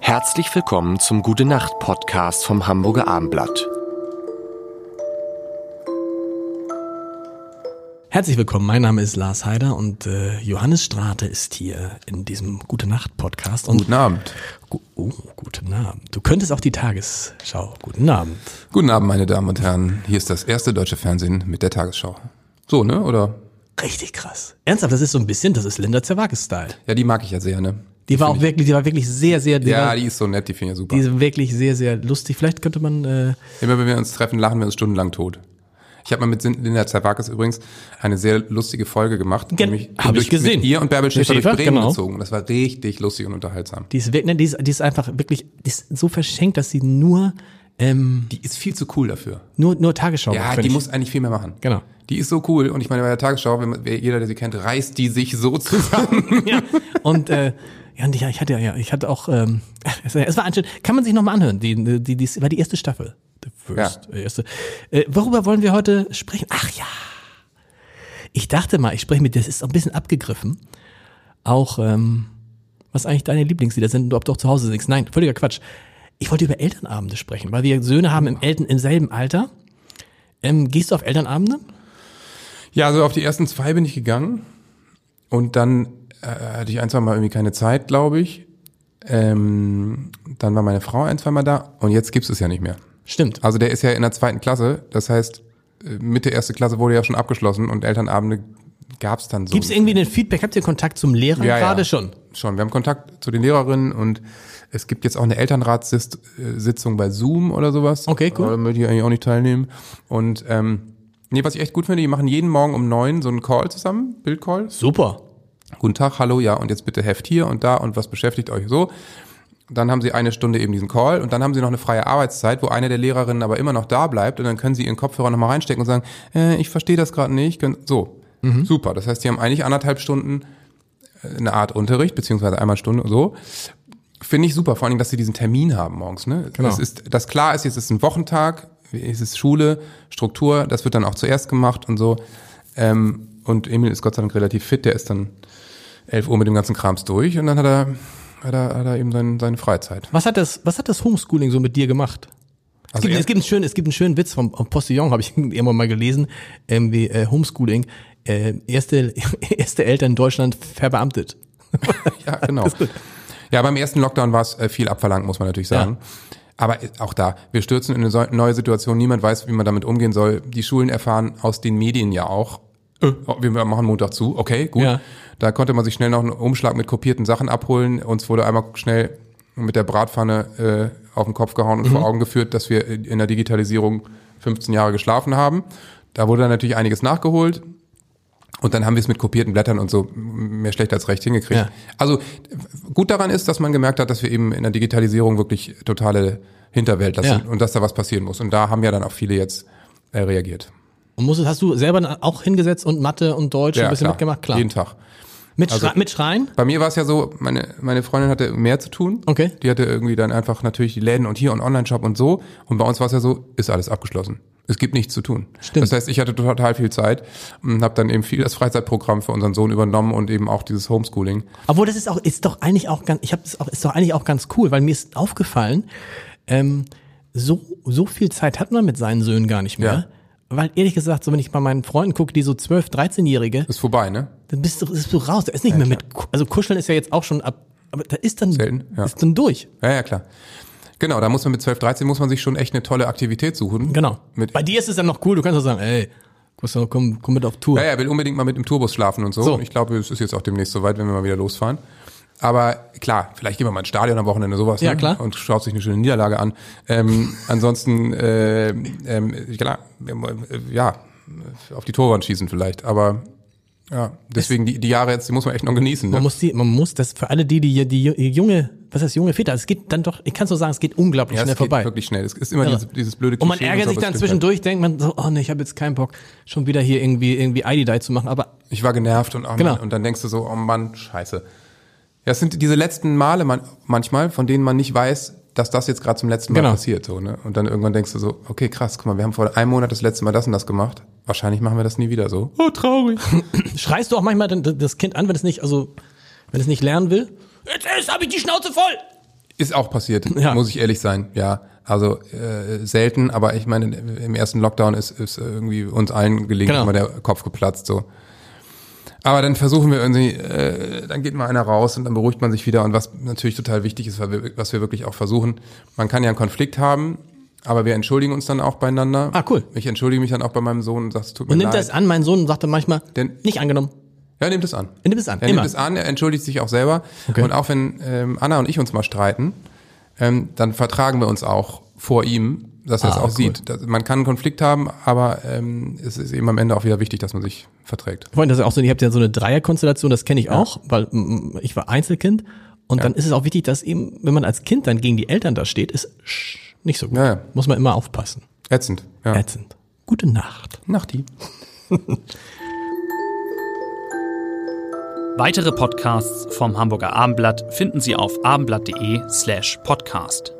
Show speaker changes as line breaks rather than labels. Herzlich willkommen zum Gute Nacht Podcast vom Hamburger Armblatt.
Herzlich willkommen, mein Name ist Lars Heider und äh, Johannes Strate ist hier in diesem Gute Nacht Podcast. Und
Guten Abend.
Gu- oh, guten Abend. Du könntest auch die Tagesschau. Guten Abend.
Guten Abend, meine Damen und Herren. Hier ist das erste deutsche Fernsehen mit der Tagesschau. So, ne? Oder?
Richtig krass. Ernsthaft, das ist so ein bisschen, das ist Linda Zerwakis-Style.
Ja, die mag ich ja sehr, ne?
Die war auch wirklich, die war wirklich sehr, sehr, die
Ja,
war,
die ist so nett, die finde ich ja super.
die ist wirklich sehr, sehr lustig. Vielleicht könnte man, äh,
Immer wenn wir uns treffen, lachen wir uns stundenlang tot. Ich habe mal mit Sin- Linda Zerwakis übrigens eine sehr lustige Folge gemacht.
Gen-
nämlich
hab ich
durch-
gesehen.
Mit ihr und Bärbel Schäfer durch
Schäfer,
Bremen
genau.
gezogen. Das war richtig lustig und unterhaltsam.
die ist, wirklich, die ist, die ist einfach wirklich, die ist so verschenkt, dass sie nur, ähm,
Die ist viel zu cool dafür.
nur, nur Tagesschau macht,
Ja,
find
die
ich.
muss eigentlich viel mehr machen.
Genau.
Die ist so cool. Und ich meine, bei der Tagesschau, wenn man, wer- jeder, der sie kennt, reißt die sich so zusammen.
ja. Und äh, ja, und ich, ich hatte ja- ja, ich hatte auch, ähm, es, es war anschön. Kann man sich nochmal anhören? Die, die, die, war die erste Staffel. The first, äh, erste. Äh, worüber wollen wir heute sprechen? Ach ja. Ich dachte mal, ich spreche mit, das ist ein bisschen abgegriffen. Auch, ähm, was eigentlich deine Lieblingslieder sind und ob du auch zu Hause singst. Nein, völliger Quatsch. Ich wollte über Elternabende sprechen, weil wir Söhne haben im, Eltern, im selben Alter. Ähm, gehst du auf Elternabende?
Ja, also auf die ersten zwei bin ich gegangen und dann äh, hatte ich ein, zwei Mal irgendwie keine Zeit, glaube ich. Ähm, dann war meine Frau ein, zwei Mal da und jetzt gibt's es ja nicht mehr.
Stimmt.
Also der ist ja in der zweiten Klasse, das heißt äh, Mitte erste Klasse wurde ja schon abgeschlossen und Elternabende gab's dann so.
Gibt es
nicht.
irgendwie den Feedback? Habt ihr Kontakt zum Lehrer?
Ja, ja.
Gerade schon.
Schon, wir haben Kontakt zu den Lehrerinnen und es gibt jetzt auch eine Elternratssitzung bei Zoom oder sowas.
Okay, cool.
Da möchte ich eigentlich auch nicht teilnehmen. Und ähm, nee, was ich echt gut finde, die machen jeden Morgen um neun so einen Call zusammen, Bildcall.
Super.
Guten Tag, hallo, ja, und jetzt bitte Heft hier und da und was beschäftigt euch so. Dann haben sie eine Stunde eben diesen Call und dann haben sie noch eine freie Arbeitszeit, wo eine der Lehrerinnen aber immer noch da bleibt und dann können sie ihren Kopfhörer nochmal reinstecken und sagen, äh, ich verstehe das gerade nicht. können- So, super. Das heißt, die haben eigentlich anderthalb Stunden äh, eine Art Unterricht, beziehungsweise einmal Stunde so. Finde ich super, vor allen Dingen, dass sie diesen Termin haben morgens. Ne?
Genau.
Es ist, das klar ist, jetzt ist ein Wochentag, es ist Schule, Struktur, das wird dann auch zuerst gemacht und so. Ähm, und Emil ist Gott sei Dank relativ fit, der ist dann 11 Uhr mit dem ganzen Krams durch und dann hat er, hat er, hat er eben seine, seine Freizeit.
Was hat das, was hat das Homeschooling so mit dir gemacht? Es
Also
gibt,
er-
es gibt einen schönen, es gibt einen schönen Witz vom vom Postillon, habe ich irgendwann mal gelesen, ähm, wie äh, Homeschooling, äh, erste, erste Eltern in Deutschland verbeamtet.
Ja, genau. Ja, beim ersten Lockdown war es äh, viel abverlangt, muss man natürlich sagen. Aber äh, auch da, wir stürzen in eine so- neue Situation, niemand weiß, wie man damit umgehen soll. Die Schulen erfahren aus den Medien ja auch, oh, wir machen Montag zu, okay, gut.
Ja.
Da konnte man sich schnell noch einen Umschlag mit kopierten Sachen abholen. Uns wurde einmal schnell mit der Bratpfanne äh, auf den Kopf gehauen
Mhm.
und vor Augen geführt, dass wir äh, in der Digitalisierung 15 Jahre geschlafen haben. Da wurde dann natürlich einiges nachgeholt. Und dann haben wir es mit kopierten Blättern und so mehr schlecht als recht hingekriegt.
Ja.
Also gut daran ist, dass man gemerkt hat, dass wir eben in der Digitalisierung wirklich totale Hinterwäldler
Ja.
sind und dass da was passieren muss. Und da haben ja dann auch viele jetzt äh, reagiert.
Und musstest, hast du selber auch hingesetzt und Mathe und Deutsch ein bisschen mitgemacht? Klar.
Jeden Tag.
Mit,
Also-
Schrei- mit Schreien?
Bei mir war es ja so, meine, meine Freundin hatte mehr zu tun.
Okay.
Die hatte irgendwie dann einfach natürlich die Läden und hier und Online-Shop und so. Und bei uns war es ja so, ist alles abgeschlossen. Es gibt nichts zu tun.
Stimmt.
Das heißt, ich hatte total viel Zeit und habe dann eben viel das Freizeitprogramm für unseren Sohn übernommen und eben auch dieses Homeschooling.
Obwohl das ist auch ist doch eigentlich auch ganz ich habe es auch ist doch eigentlich auch ganz cool, weil mir ist aufgefallen, ähm, so so viel Zeit hat man mit seinen Söhnen gar nicht mehr.
Ja.
Weil ehrlich gesagt, so wenn ich bei meinen Freunden gucke, die so 12, 13-Jährige,
Ist vorbei, ne?
dann bist du, bist du raus. Da ist nicht mehr mit, Ku- also kuscheln ist ja jetzt auch schon ab, aber da ist dann,
Selten, ja.
ist dann durch.
Ja, ja, klar. Genau, da muss man mit 12, 13 muss man sich schon echt eine tolle Aktivität suchen.
Genau.
Mit,
Bei dir ist es dann noch cool, du kannst doch sagen, ey, komm, komm, komm mit auf Tour.
ja, ja, will unbedingt mal mit dem Tourbus schlafen und so.
So.
Ich glaube, es ist jetzt auch demnächst soweit, wenn wir mal wieder losfahren. Aber klar, vielleicht gehen wir mal ins Stadion am Wochenende sowas.
Ja,
ne?
klar.
Und schaut sich eine schöne Niederlage an. Ähm, ansonsten, äh, ähm, klar, ähm, äh, ja, auf die Torwand schießen vielleicht. Aber ja, deswegen die, die Jahre jetzt, die muss man echt noch genießen. Ne?
Man muss die, man muss das für alle die, die, hier- die junge, was heißt junge Väter, es geht dann doch, ich kann so sagen, es geht unglaublich
ja, es
schnell
geht
vorbei.
wirklich schnell. Es ist immer
Irre.
dieses, dieses blöde
Und man
Klischee,
ärgert
so,
sich
aber
dann
es stimmt halt.
zwischendurch, denkt man so, oh ne, ich habe jetzt keinen Bock, schon wieder hier irgendwie irgendwie Eididei zu machen. Aber
ich war genervt und, ach,
Genau.
Mann, und dann denkst du so, oh Mann, scheiße. Ja, es sind diese letzten Male man, manchmal, von denen man nicht weiß, dass das jetzt gerade zum letzten Mal
Genau.
passiert. So, ne? Und dann irgendwann denkst du so, okay, krass, guck mal, wir haben vor einem Monat das letzte Mal das und das gemacht. Wahrscheinlich machen wir das nie wieder so.
oh traurig. Schreist du auch manchmal dann das Kind an, wenn es nicht, also wenn es nicht lernen will? Jetzt habe ich die Schnauze voll.
Ist auch passiert,
Ja.
muss ich ehrlich sein, ja. Also äh, selten, aber ich meine, im ersten Lockdown ist, ist irgendwie uns allen gelegentlich
Genau.
mal der Kopf geplatzt, so. Aber dann versuchen wir irgendwie, äh, dann geht mal einer raus und dann beruhigt man sich wieder. Und was natürlich total wichtig ist, weil wir- was wir wirklich auch versuchen, man kann ja einen Konflikt haben, aber wir entschuldigen uns dann auch beieinander.
Ah, cool.
Ich entschuldige mich dann auch bei meinem Sohn und sag, es tut mir
Und nimmt
leid.
das an, mein Sohn sagte manchmal,
Denn-
nicht angenommen.
ja, nimmt es an.
Er nimmt es an,
Er
immer.
nimmt es an, er entschuldigt sich auch selber.
Okay.
Und auch wenn ähm, Anna und ich uns mal streiten, ähm, dann vertragen wir uns auch vor ihm, dass er es
Ah,
auch
cool.
sieht. Das, man kann einen Konflikt haben, aber ähm, es ist eben am Ende auch wieder wichtig, dass man sich verträgt.
Vorhin, das ist auch so, ihr habt ja so eine Dreierkonstellation, das kenne ich auch, weil mm, ich war Einzelkind. Und dann ist es auch wichtig, dass eben, wenn man als Kind dann gegen die Eltern da steht, ist sch- nicht so gut.
Ja, ja.
Muss man immer aufpassen.
Ätzend. Ja.
Ätzend. Gute Nacht.
Nachti.
Weitere Podcasts vom Hamburger Abendblatt finden Sie auf abendblatt.de slash podcast.